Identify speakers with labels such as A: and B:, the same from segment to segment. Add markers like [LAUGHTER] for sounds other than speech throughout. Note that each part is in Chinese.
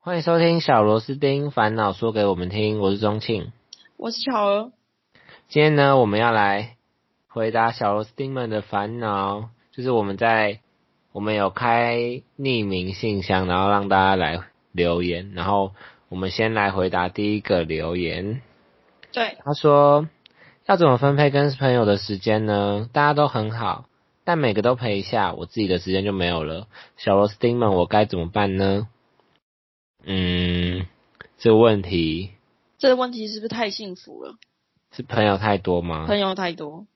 A: 欢迎收听小螺丝钉烦恼说给我们听，我是钟庆。
B: 我是巧儿，
A: 今天呢，我们要来回答小螺丝钉们的烦恼，就是我们在我们有开匿名信箱，然后让大家来留言，然后我们先来回答第一个留言。
B: 对，
A: 他说：“要怎么分配跟朋友的时间呢？大家都很好，但每个都陪一下，我自己的时间就没有了。小螺丝钉们，我该怎么办呢？”嗯，这个问题
B: 这个问题是不是太幸福了？
A: 是朋友太多吗？
B: 朋友太多，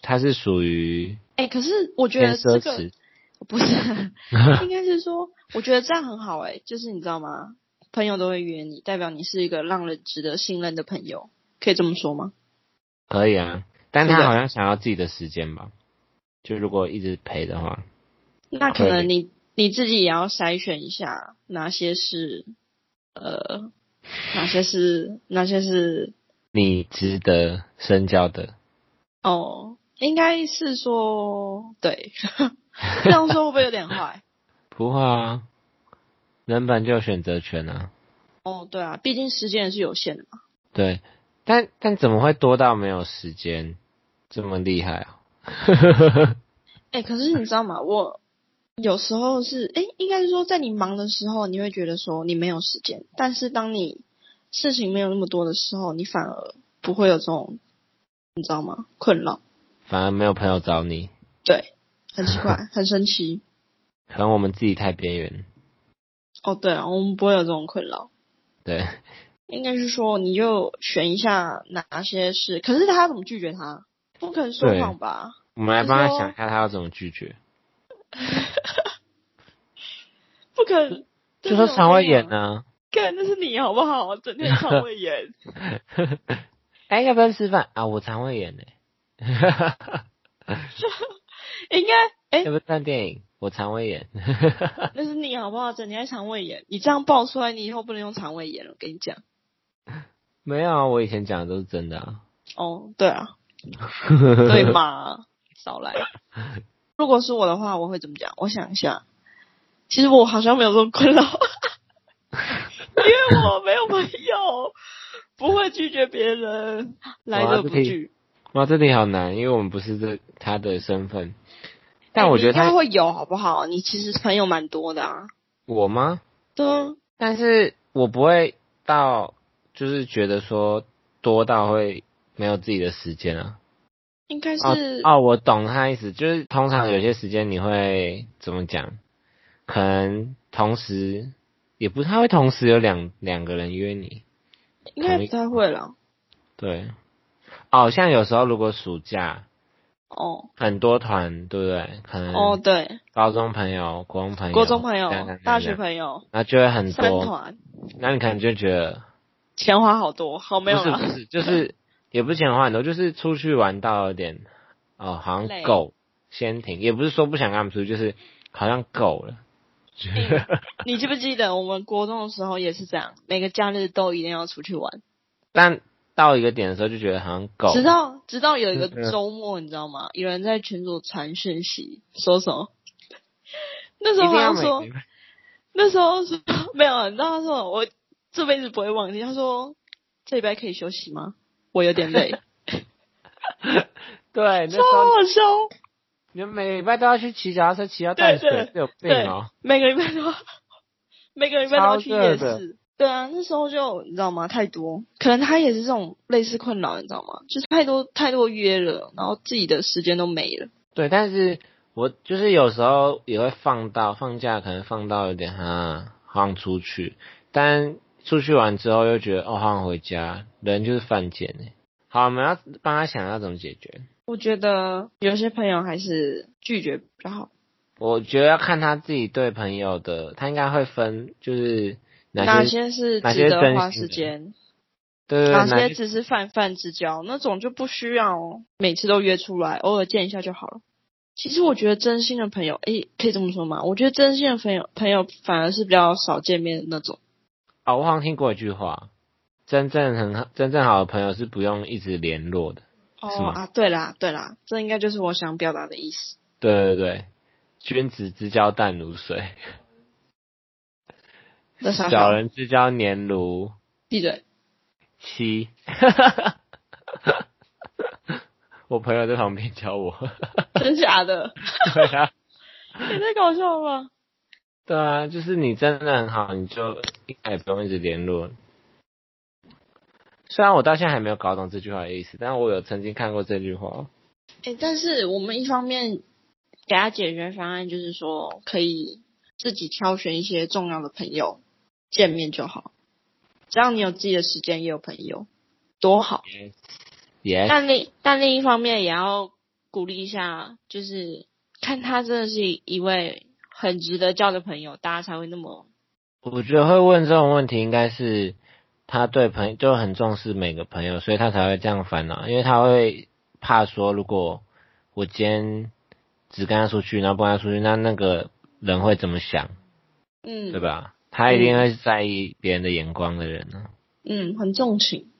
A: 他是属于
B: 哎、可是我觉
A: 偏
B: 得
A: 奢
B: 这个
A: 侈，
B: [LAUGHS] 不
A: [LAUGHS]
B: 是，应该是说，我觉得这样很好哎、就是你知道吗？朋友都会约你，代表你是一个让人值得信任的朋友，可以这么说吗？
A: 可以啊，但他
B: 对
A: 好像想要自己的时间吧？就如果一直陪的话，
B: 那可
A: 可以
B: 能你你自己也要筛选一下哪些是呃，哪些是哪些是
A: 你值得深交的。
B: 哦，应该是说对， [LAUGHS] 这样说会不会有点坏？
A: 不会啊，人本就有选择权啊。
B: 哦，对啊，毕竟时间也是有限的嘛。
A: 对，但但怎么会多到没有时间？这么厉害啊！ [LAUGHS]
B: 哎、可是你知道吗？我有时候是，哎、应该是说，在你忙的时候，你会觉得说你没有时间，但是当你事情没有那么多的时候，你反而不会有这种，你知道吗？困扰，
A: 反而没有朋友找你，
B: 对，很奇怪，很神奇。
A: 可能我们自己太边缘。
B: 哦，对啊，我们不会有这种困扰。
A: 对，
B: 应该是说，你就选一下哪些是，可是他要怎么拒绝他？不可能说
A: 对
B: 谎吧？
A: 我们来帮他
B: 你说
A: 想一下，他要怎么拒绝。
B: 不可能，
A: 就说肠胃炎
B: 呢？
A: 呢、
B: 干，那是你好不好？整天肠胃炎。
A: 哎、要不要吃饭啊？我肠胃炎呢、
B: 应该，哎、
A: 要不要看电影？我肠胃炎。
B: 那是你好不好？整天肠胃炎，你这样爆出来，你以后不能用肠胃炎了。我跟你讲，
A: 没有啊，我以前讲的都是真的啊。
B: 哦，
A: [LAUGHS]
B: 对啊，对嘛，少来。如果是我的话，我会怎么讲？我想一下，其实我好像没有这种困扰，因为我没有朋友，不会拒绝别人，来者不拒。
A: 哇，这题好难，因为我们不是这他的身份。但我觉得
B: 哎你应该
A: 他
B: 会有，好不好？你其实朋友蛮多的啊，
A: 我吗？
B: 对啊，
A: 但是我不会到，就是觉得说多到会没有自己的时间啊。
B: 应该是、
A: 哦哦，我懂他意思，就是通常有些时间你会怎么讲？可能同时也不太会同时有两两个人约你，
B: 应该不太会了。
A: 对。哦，像有时候如果暑假
B: 哦
A: 很多团，对不对？可
B: 哦，
A: 能
B: 对，
A: 高中朋友、国嗯中朋友、
B: 国中朋友
A: 这样这样、
B: 大学
A: 友，
B: 朋友、
A: 那就会很
B: 三
A: 多，
B: 团，
A: 那你可能就觉得
B: 钱花好多，好没有啊
A: 不是不
B: 啦。
A: 是，就是也不是钱花很多，就是出去玩到有点哦，好像
B: 累
A: 够先停，也不是说不想跟他们出去，就是好像够了。
B: [LAUGHS] 哎你记不记得我们国中的时候也是这样，每个假日都一定要出去玩，
A: [LAUGHS] 但到一个点的时候就觉得好像够
B: 直
A: 了，
B: 到直到有一个周末，你知道吗？有人在群组传讯息说什么？ [LAUGHS] 那
A: 一
B: 时候
A: 定
B: 好
A: 要
B: 像
A: 每
B: 说，那时候说没有，啊你知道他说我这辈子不会忘记，他说这礼拜可以休息吗？我有点
A: [LAUGHS]
B: 累，
A: 对，那时
B: 超
A: 候
B: 好笑。哦
A: 你们每礼拜都要去骑脚踏车，骑到淡水，
B: 对
A: 是有
B: 对
A: 病哦、，
B: 每个礼拜都 [LAUGHS] 要，每个礼拜都要去夜
A: 超热的
B: 市。对啊，那时候就你知道吗？太多，可能他也是这种类似困扰，你知道吗？就是太多太多约了，然后自己的时间都没了。
A: 对，但是我就是有时候也会放到放假，可能放到有点哈，好想出去，但出去玩之后又觉得哦，好想回家，人就是犯贱哎。好，我们要帮他想要怎么解决。
B: 我觉得有些朋友还是拒绝比较好。
A: 我觉得要看他自己对朋友的，他应该会分，就是哪
B: 哪
A: 些
B: 些是
A: 哪些
B: 值
A: 真
B: 得花
A: 心
B: 时
A: 的
B: 间，
A: 对对
B: 哪
A: 对哪
B: 些
A: 些
B: 只是泛泛之交，那种就不需要每次都约出来，偶尔见一下就好了。其实我觉得真心的朋友，诶，可以这么说吗？我觉得真心的朋友，朋友反而是比较少见面的那种。
A: 哦，我好像听过一句话，真正很好，真正好的朋友是不用一直联络的。是
B: 哦
A: 吗
B: 啊，对啦对啦，这应该就是我想表达的意思。 [LAUGHS]
A: 对对对，君子之交淡如水。
B: 那啥，
A: 小人之交年如
B: 闭嘴。
A: 七，我朋友在旁边教我，
B: 真假的？ [LAUGHS]
A: 对啊，
B: 也太搞笑了吧！
A: 对啊，就是你真的很好，你就应该也不用一直联络。虽然我到现在还没有搞懂这句话的意思，但我有曾经看过这句话。
B: 哎、但是我们一方面给他解决方案，就是说可以自己挑选一些重要的朋友见面就好，只要你有自己的时间，也有朋友，多好。
A: 也
B: 但另但另一方面也要鼓励一下，就是看他真的是一位很值得交的朋友，大家才会那么
A: 我觉得会问这种问题，应该是他对朋友就很重视每个朋友，所以他才会这样烦恼，因为他会怕说，如果我今天只跟他出去，然后不跟他出去，那那个人会怎么想，
B: 嗯，
A: 对？吧？他一定会在意别人的眼光的人啊呢、
B: 嗯，很重情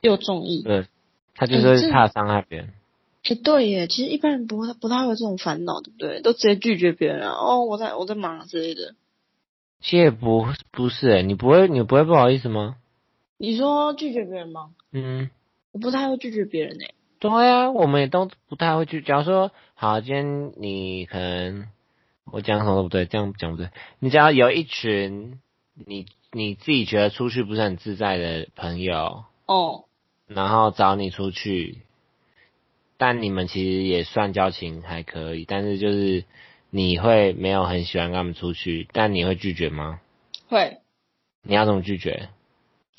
B: 又重义。
A: 对，他就是怕伤害别人。
B: 哎、对耶，其实一般人不会不太会有这种烦恼，对不对？都直接拒绝别人啊，哦，我在我在忙啊之类的。
A: 其实也不不是、欸，你不会你不会不好意思吗？
B: 你说拒绝别人吗？
A: 嗯，
B: 我不太会拒绝别人欸诶、
A: 对啊，我们也都不太会去。假如说，好，今天你可能我讲什么都不对，这样讲不对。你只要有一群你你自己觉得出去不是很自在的朋友，
B: 哦，
A: 然后找你出去，但你们其实也算交情还可以，但是就是你会没有很喜欢跟他们出去，但你会拒绝吗？
B: 会，
A: 你要怎么拒绝？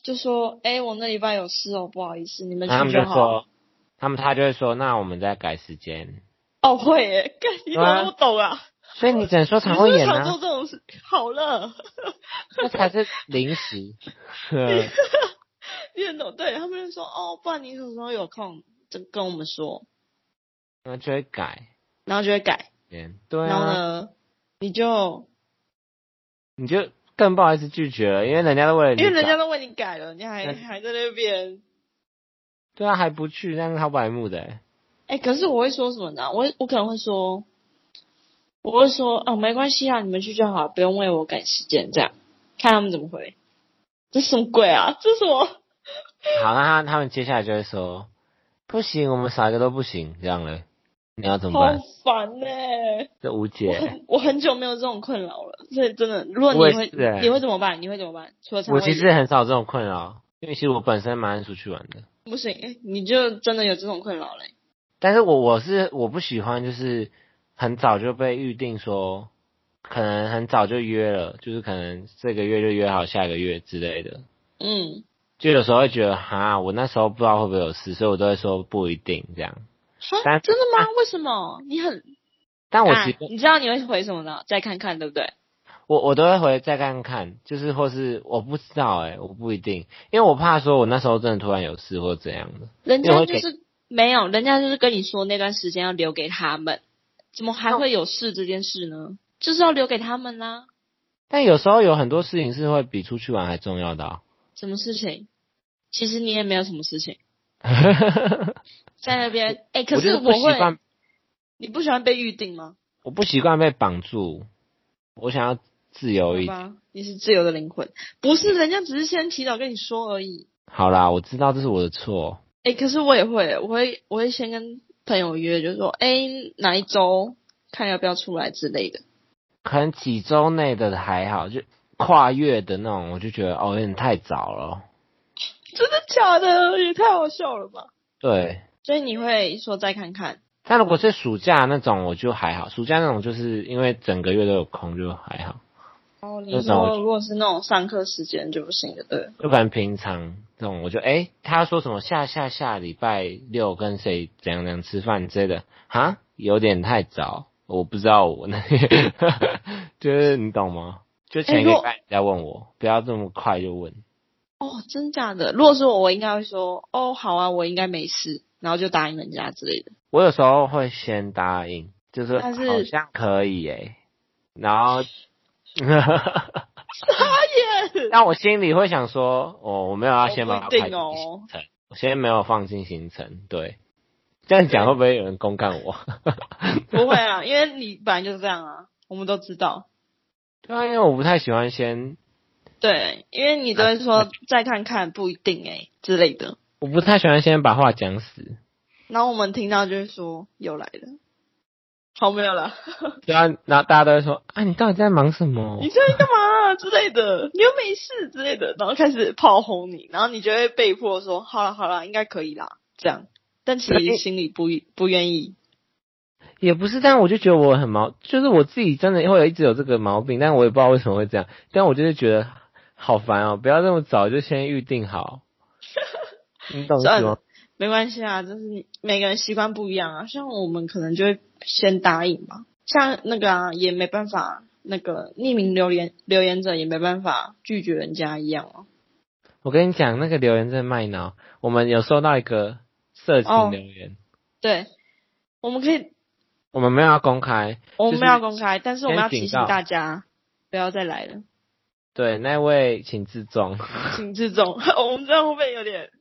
B: 就说哎、我那礼拜有事哦，不好意思，你们
A: 那他
B: 去
A: 们就
B: 好。
A: 说，他们他就会说，那我们再改时间。
B: 哦，会耶，干你
A: 对
B: 怎
A: 啊
B: 么不懂啊？
A: 所以你只能说
B: 你
A: 常
B: 是不
A: 会
B: 是
A: 演
B: 常
A: 啊。
B: 做这种事？好了，
A: 那才是零食。
B: 你很懂，对他们就说哦，不然你什么时候有空，就跟我们说，
A: 那就会改。
B: 然后就会改。
A: 嗯对
B: 然后
A: 啊，
B: 呢，你就
A: 你就更不好意思拒绝了，因为人家都为了你
B: 因
A: 改，
B: 为人家都为你改了，你还
A: 嗯
B: 还在那边
A: 对啊还不去，那是超白目的欸。
B: 哎、可是我会说什么呢？我我可能会说，我会说哦，没关系啊，你们去就好，不用为我赶时间，这样看他们怎么回。这什么鬼啊？这是我
A: 好，那他他们接下来就会说，不行，我们少一个都不行，这样嘞，你要怎么
B: 好
A: 办？
B: 烦呢、
A: 这无
B: 我
A: 解。
B: 很我很久没有这种困扰了，所以真的，如果你
A: 我也
B: 会
A: 是欸
B: 你会怎么办？你会怎么办？除了肠
A: 我
B: 胃
A: 其
B: 炎
A: 实很少这种困扰，因为其实我本身蛮爱出去玩的，
B: 不行、哎你就真的有这种困扰嘞、
A: 但是我我是我不喜欢，就是很早就被预定说，可能很早就约了，就是可能这个月就约好下个月之类的。
B: 嗯，
A: 就有时候会觉得哈，我那时候不知道会不会有事，所以我都会说不一定这样。
B: 哈，
A: 但
B: 真的吗？为什么？你很
A: 但我
B: 啊
A: 其实、
B: 你知道你会回什么呢？再看看，对不对？
A: 我我都会回再看看，就是或是我不知道哎、我不一定，因为我怕说我那时候真的突然有事或怎样的。
B: 人
A: 因为
B: 家
A: 我
B: 就
A: 给
B: 是没有，人家就是跟你说那段时间要留给他们，怎么还会有事这件事呢？就是要留给他们啊啦、
A: 但有时候有很多事情是会比出去玩还重要的、啊。
B: 什么事情？其实你也没有什么
A: [LAUGHS]
B: 事情，在那边哎、可
A: 我就是不习
B: 会，
A: 惯，
B: 你不喜欢被预定吗？
A: 我不习惯被绑住，我想要自由
B: 好
A: 一点。
B: 吧，你是自由的灵魂，不是人家只是先提早跟你说而已。
A: 好啦，我知道这是我的错，
B: 哎、可是我也会，我会我会先跟朋友约，就说哎、哪一周看要不要出来之类的。
A: 可能几周内的还好，就跨越的那种，我就觉得哦有点太早了。
B: 真的假的？也太好笑了吧！
A: 对，
B: 所以你会说再看看。
A: 但如果是暑假那种，我就还好。暑假那种就是因为整个月都有空，就还好。
B: 哦，你
A: 那种我
B: 说
A: 就
B: 如果是那种上课时间就不行的，对。
A: 就反正平常这种，我就哎、诶他说什么下下下礼拜六跟谁怎样怎样吃饭之类的，哈，有点太早，我不知道我那， [LAUGHS] 就是你懂吗？就前一个礼
B: 诶如果
A: 拜在问我，不要这么快就问。
B: 哦，真假的？如果是我，我应该会说，哦，好啊，我应该没事，然后就答应人家之类的。
A: 我有时候会先答应，就是
B: 但是
A: 好像可以诶、然后。
B: 傻眼，
A: 那我心里会想说，哦，我没有要先把它
B: 我不一
A: 排
B: 定
A: 进
B: 哦
A: 行程，我先没有放进行程。对，这样讲会不会有人公干我？
B: 不会啊，因为你本来就是这样啊，我们都知道。
A: 对啊，因为我不太喜欢先
B: 对，因为你都会说再看看不一定哎、之类的，
A: 我不太喜欢先把话讲死。
B: 然后我们听到就会说又来了，好没有了，
A: 对啊，然后大家都会说啊，你到底在忙什么
B: 你？现在干嘛、之类的，你又没事之类的，然后开始炮轰你，然后你就会被迫说好了好了，应该可以啦，这样。但其实心里不不愿意，
A: 也不是，但我就觉得我很毛，就是我自己真的会有一直有这个毛病，但我也不知道为什么会这样，但我就是觉得好烦哦，不要这么早就先预定
B: [LAUGHS]
A: 好，你懂什
B: 算
A: 么
B: 了？没关系啊，就是每个人习惯不一样啊。像我们可能就会先答应吧，像那个啊也没办法，那个匿名留言留言者也没办法拒绝人家一样啊。
A: 我跟你讲，那个留言真的卖脑，我们有收到一个色情
B: 哦
A: 留言，
B: 对，我们可以，
A: 我们没有要公开，
B: 我
A: 就
B: 们
A: 是
B: 没有要公开，但是我哎们要
A: 先警
B: 提醒
A: 告
B: 大家不要再来了，
A: 对，那位请自重。
B: 请自重。 [LAUGHS] 我们这样会不会有点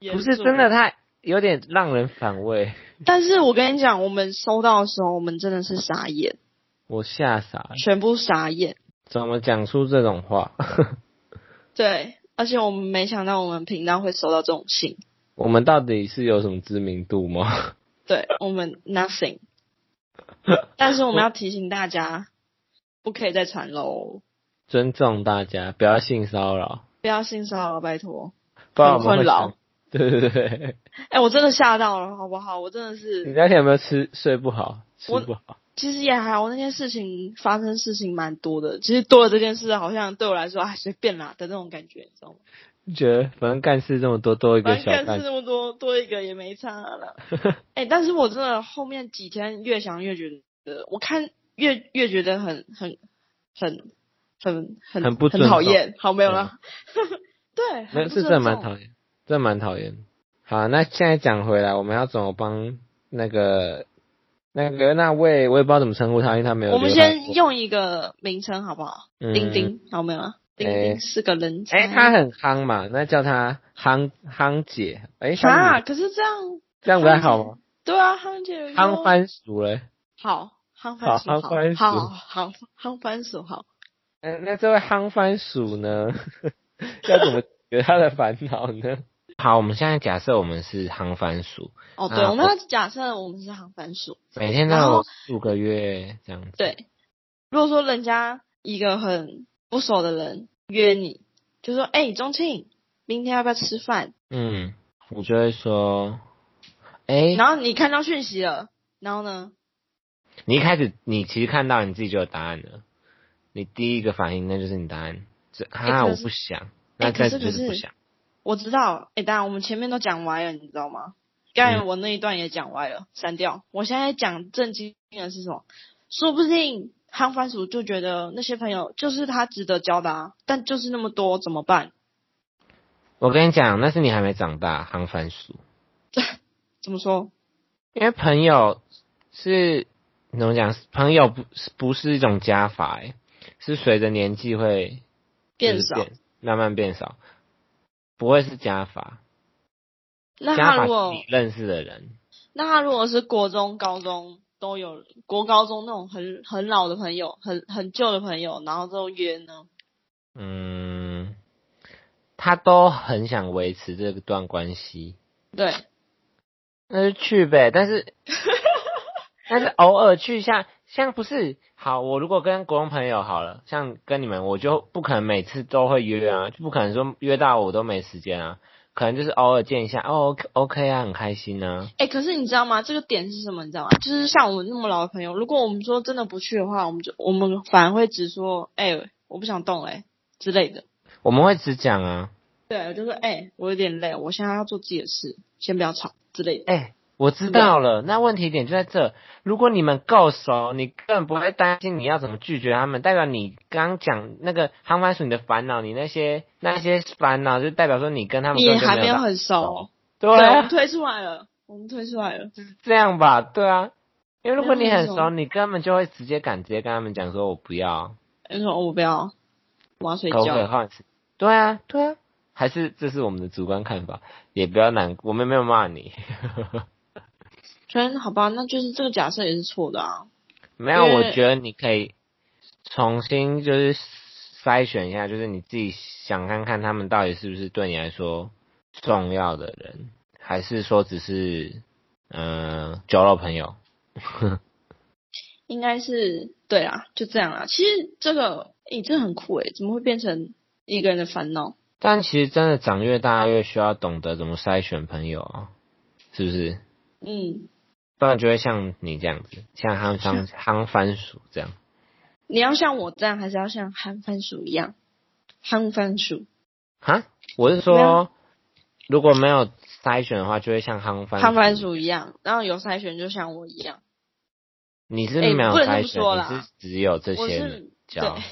B: 严
A: 不
B: 肃？
A: 是真的，他有点让人反胃，
B: 但是我跟你讲，我们收到的时候，我们真的是傻眼，
A: 我吓傻了，
B: 全部傻眼。
A: 怎么讲出这种
B: [LAUGHS]
A: 话？
B: 对，而且我们没想到我们频道会收到这种信，
A: 我们到底是有什么知名度吗？ [LAUGHS]
B: 对我们 nothing。但是我们要提醒大家，不可以再传喽，
A: 尊重大家，不要性骚扰，
B: 不要性骚扰，拜托。
A: 不然我们
B: 很
A: 会
B: 困扰
A: 想。 [LAUGHS] 对对对，
B: 哎、我真的吓到了，好不好？我真的
A: 你
B: 是，
A: 那天有没有吃睡不好？吃
B: 我
A: 不好？
B: 其实也还好，那件事情发生事情蛮多的，其实多了这件事，好像对我来说，哎，随便啦的那种感觉，你知道吗？
A: 觉得反正干事这么多，多一个
B: 反正
A: 小
B: 干
A: 干
B: 事那么多，多一个也没差
A: [LAUGHS]
B: 了。哎、但是我真的后面几天越想越觉得，我看越越觉得很很很很很
A: 很不尊重
B: 讨厌。好，没有啦。 [LAUGHS] 对，
A: 没有
B: 很不
A: 是真
B: 尊
A: 的
B: 重
A: 蛮讨厌，真的蛮讨厌。好，那现在讲回来，我们要怎么帮那个那个那位，我也不知道怎么称呼他，因为他没有
B: 我们
A: 留他
B: 先用一个名称好不好？
A: 嗯
B: 丁丁，好没有啦？丁
A: 哎
B: 丁是个人才。
A: 哎、她很夯嘛，那叫她夯夯姐。哎、欸，夯
B: 啊，
A: 姐
B: 可是这样
A: 这样不太好吗？
B: 对啊，夯姐有
A: 夯番薯嘞。
B: 好，夯番薯
A: 好夯番薯
B: 好好夯番薯好。
A: 嗯、那这位夯番薯呢， [LAUGHS] 要怎么解决她的烦恼呢？好，我们现在假设我们是夯番薯，
B: 哦，对，
A: 啊
B: 我们要假设我们是夯番薯。
A: 每天都
B: 然后
A: 有数个月这样子。
B: 对，如果说人家一个很不熟的人约你，就说：“哎、钟庆，明天要不要吃饭
A: 嗯，我就会说，？”哎、
B: 然后你看到讯息了，然后呢？
A: 你一开始你其实看到你自己就有答案了，你第一个反应那就是你答案。这啊，
B: 可
A: 我
B: 是
A: 不想，
B: 哎
A: 那
B: 可
A: 再
B: 是
A: 就
B: 可
A: 是不
B: 是
A: 想。
B: 我知道，哎、当然我们前面都讲歪了，你知道吗？
A: 嗯
B: 刚才我那一段也讲歪了，删掉。我现在讲正经的是什么？说不定夯番薯就觉得那些朋友就是他值得交的啊，但就是那么多怎么办？ [LAUGHS]
A: 我跟你讲，那是你还没长大，夯番薯。
B: 怎么说？
A: 因为朋友是怎么讲？朋友不是不是一种加法、欸，是随着年纪会
B: 变
A: 就是
B: 少？
A: 慢慢变少，不会是加法。
B: 那
A: 加
B: 他
A: 法
B: 如果
A: 是你认识的人，
B: 那他如果是国中、高中都有，国高中那种很很老的朋友，很很旧的朋友，然后都约呢？
A: 嗯，他都很想维持这段关系，
B: 对，
A: 那就去呗。但
B: [LAUGHS]
A: 是，但是偶尔去一下，像不是好，我如果跟国中朋友好了，像跟你们，我就不可能每次都会约啊，就不可能说约到我都没时间啊，可能就是偶尔见一下，哦，OK OK 啊，很开心啊。
B: 哎、可是你知道吗？这个点是什么？你知道吗？就是像我们那么老的朋友，如果我们说真的不去的话，我们就我们反而会只说，哎、我不想动了、哎之类的。
A: 我们会只讲啊，
B: 对，我就说，哎、我有点累，我现在要做自己的事，先不要吵之类的。
A: 哎、我知道了，那问题点就在这，如果你们够熟，你根本不会担心你要怎么拒绝他们，代表你刚讲那个航番薯你的烦恼，你那些那些烦恼，就代表说你跟他们
B: 你
A: 根本就
B: 还没
A: 没
B: 有
A: 打
B: 很熟，
A: 对 [LAUGHS]
B: 对，我
A: 啊
B: 们推出来了，我们推出来了。
A: 这样吧，对啊，因为如果你很
B: 没有
A: 熟，
B: 那
A: 你根本就会直接敢直接跟他们讲说，我不要，
B: 你说、哦我不要，我要睡
A: 可不可以
B: 觉。
A: 换时？对啊，对啊，还是这是我们的主观看法，也不要难，我们没有骂你， [LAUGHS]
B: 虽然好吧，那就是这个假设也是错的啊。
A: 没有，
B: 因为
A: 我觉得你可以重新就是筛选一下，就是你自己想看看他们到底是不是对你来说重要的人，还是说只是嗯、呃酒肉朋友？
B: 应该是对啦，就这样啦。其实这个，诶、这很酷诶、怎么会变成一个人的烦恼？
A: 但其实真的长越大越需要懂得怎么筛选朋友啊，是不是？
B: 嗯，
A: 不然就会像你这样子，像夯番夯番薯这样。
B: 你要像我这样，还是要像憨番薯一样？憨番薯，
A: 哈，我是
B: 没
A: 说
B: 有，
A: 如果没有筛选的话，就会像夯番
B: 憨番。薯一样，然后有筛选就像我一样。
A: 你是
B: 哎
A: 没有
B: 不能这么
A: 筛选，
B: 说
A: 你
B: 啦
A: 是只有这
B: 我
A: 些人
B: 是
A: 教
B: 对。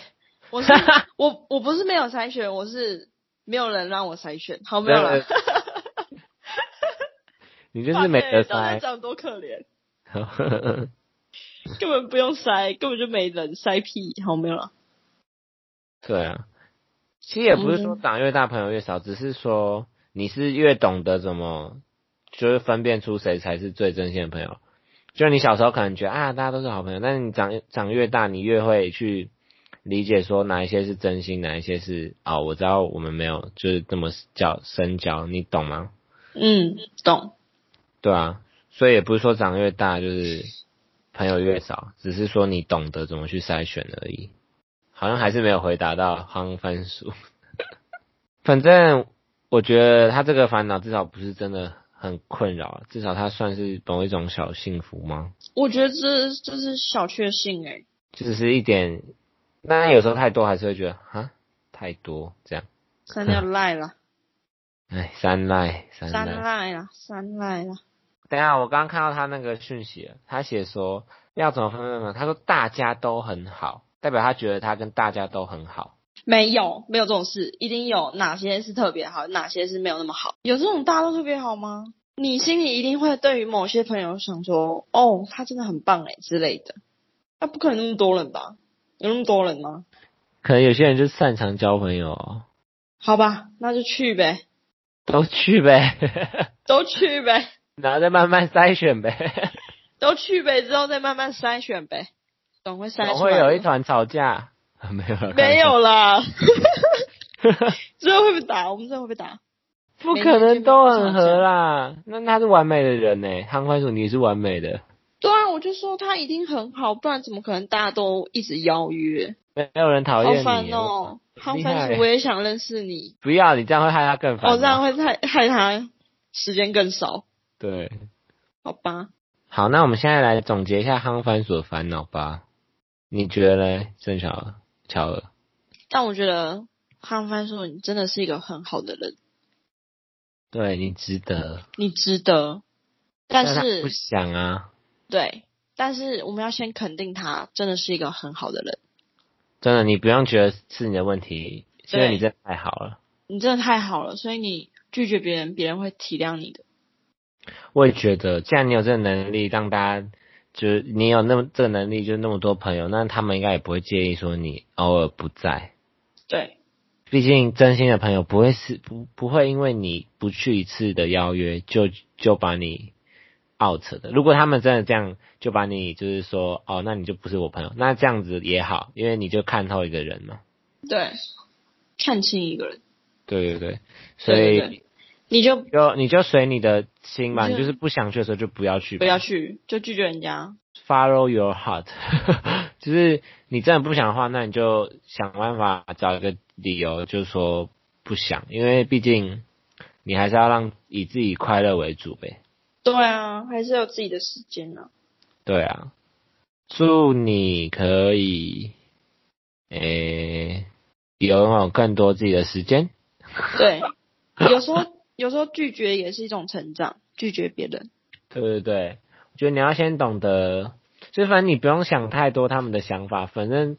A: [LAUGHS]
B: 我是我我不是没有筛选，我是没有人让我筛选，好没有
A: 对
B: [LAUGHS] 了，
A: [LAUGHS] 你就是没得
B: 早知道
A: 筛
B: 这。样多可怜，
A: [LAUGHS] 呵
B: 根本不用筛，根本就没人筛屁，好没有了。
A: 对啊，其实也不是说
B: 嗯
A: 长越大朋友越少，只是说你是越懂得怎么，就是分辨出谁才是最真心的朋友。就你小时候可能觉得啊，大家都是好朋友，但是你长长越大，你越会去理解说哪一些是真心，哪一些是哦，我知道我们没有就是这么交深交，你懂吗？
B: 嗯，懂。
A: 对啊，所以也不是说长越大就是朋友越少，只是说你懂得怎么去筛选而已。好像还是没有回答到夯番薯。 [LAUGHS] 反正我觉得他这个烦恼至少不是真的很困扰，至少他算是某一种小幸福吗？
B: 我觉得这这是小确幸哎、
A: 就只是一点，那有时候太多还是会觉得啊太多这样。[LAUGHS]
B: 真的要赖啦，
A: 哎，三赖三
B: 三
A: 赖。
B: 赖啦，三赖啦。
A: 等一下，我刚刚看到他那个讯息了，他写说要怎么分分呢？他说大家都很好，代表他觉得他跟大家都很好。
B: 没有，没有这种事，一定有哪些是特别好，哪些是没有那么好。有这种大家都特别好吗？你心里一定会对于某些朋友想说，哦，他真的很棒哎之类的。那不可能那么多人吧？有那么多人吗？
A: 可能有些人就擅长交朋友、哦，
B: 好吧，那就去呗，
A: 都去呗， [LAUGHS]
B: 都去呗，
A: 然后再慢慢筛选呗，
B: 都去呗，之后再慢慢筛选呗，总会筛
A: 总
B: 出来
A: 会
B: 的。
A: 有一团吵架。 [LAUGHS] 没有，
B: 没，有啦， [LAUGHS] 之后会被打，我们之后会被打。
A: 不可能都很合啦。那他是完美的人呢、汤宽鼠你也是完美的，
B: 对啊，我就说他一定很好，不然怎么可能大家都一直邀约？
A: 没有人讨
B: 好
A: 厌
B: 烦
A: 你、
B: 哦！好
A: 厉害
B: 烦死！我也想认识你，
A: 不要，你这样会害他更烦。啊
B: 哦，这样会害害他时间更少，
A: 对。
B: 好吧？
A: 好，那我们现在来总结一下夯番薯的烦恼吧。你觉得嘞，郑巧儿巧儿？
B: 但我觉得汉帆说你真的是一个很好的人，
A: 对你值得，
B: 你值得。但
A: 他不
B: 是
A: 想啊，
B: 对，但是我们要先肯定他真的是一个很好的人，
A: 真的，你不用觉得是你的问题，是因为
B: 对
A: 你真的太好了。
B: 你真的太好了，所以你拒绝别人，别人会体谅你的。
A: 我也觉得，既然你有这个能力，让大家就是你有那么这个能力，就那么多朋友，那他们应该也不会介意说你偶尔不在。
B: 对，
A: 毕竟真心的朋友不会是不不会因为你不去一次的邀约就就把你 out 的。如果他们真的这样，就把你就是说哦，那你就不是我朋友，那这样子也好，因为你就看透一个人嘛。
B: 对，看清一个人，
A: 对对对，所
B: 对对
A: 以
B: 对你就
A: 就你就随你的心吧，
B: 你
A: 你
B: 就
A: 就是不想去的时候就不要去吧，
B: 不要去，就拒绝人家。
A: follow your heart，就是你真的不想的话，那你就想办法找一个理由，就是说不想，因为毕竟你还是要让以自己快乐为主呗。
B: 对啊，还是有自己的时间啊。
A: 对啊，祝你可以，诶、拥有哦更多自己的时间。 [LAUGHS]
B: 对，有时候有时候拒绝也是一种成长，拒绝别人。
A: 对对对，我觉得你要先懂得，就是反正你不用想太多他们的想法，反正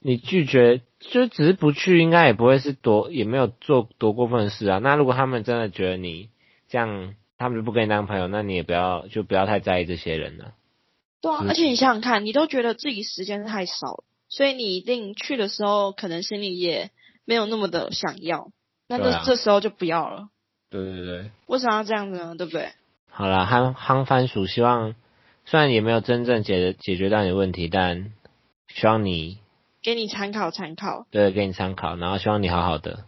A: 你拒绝就只是不去，应该也不会是多也没有做多过分的事啊。那如果他们真的觉得你这样，他们就不跟你当朋友，那你也不要就不要太在意这些人了。
B: 对啊，
A: 嗯
B: 而且你想想看，你都觉得自己时间太少了，所以你一定去的时候，可能心里也没有那么的想要。那
A: 对
B: 这、
A: 啊
B: 这时候就不要了，
A: 对对对，
B: 为什么要这样子呢？对不对？
A: 好啦，夯夯番薯，希望虽然也没有真正解决解决到你的问题，但希望你
B: 给你参考参考。
A: 对，给你参考，然后希望你好好的，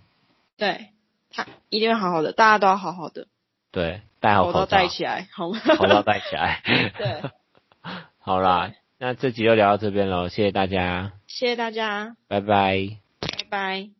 B: 对他一定会好好的，大家都要好好的，
A: 对，戴好
B: 口
A: 口
B: 罩
A: 罩，
B: 戴起来，好吗？
A: 口罩戴起来。
B: [LAUGHS] 对，
A: 好啦，那这集就聊到这边喽，谢谢大家，
B: 谢谢大家，
A: 拜拜。
B: 拜拜。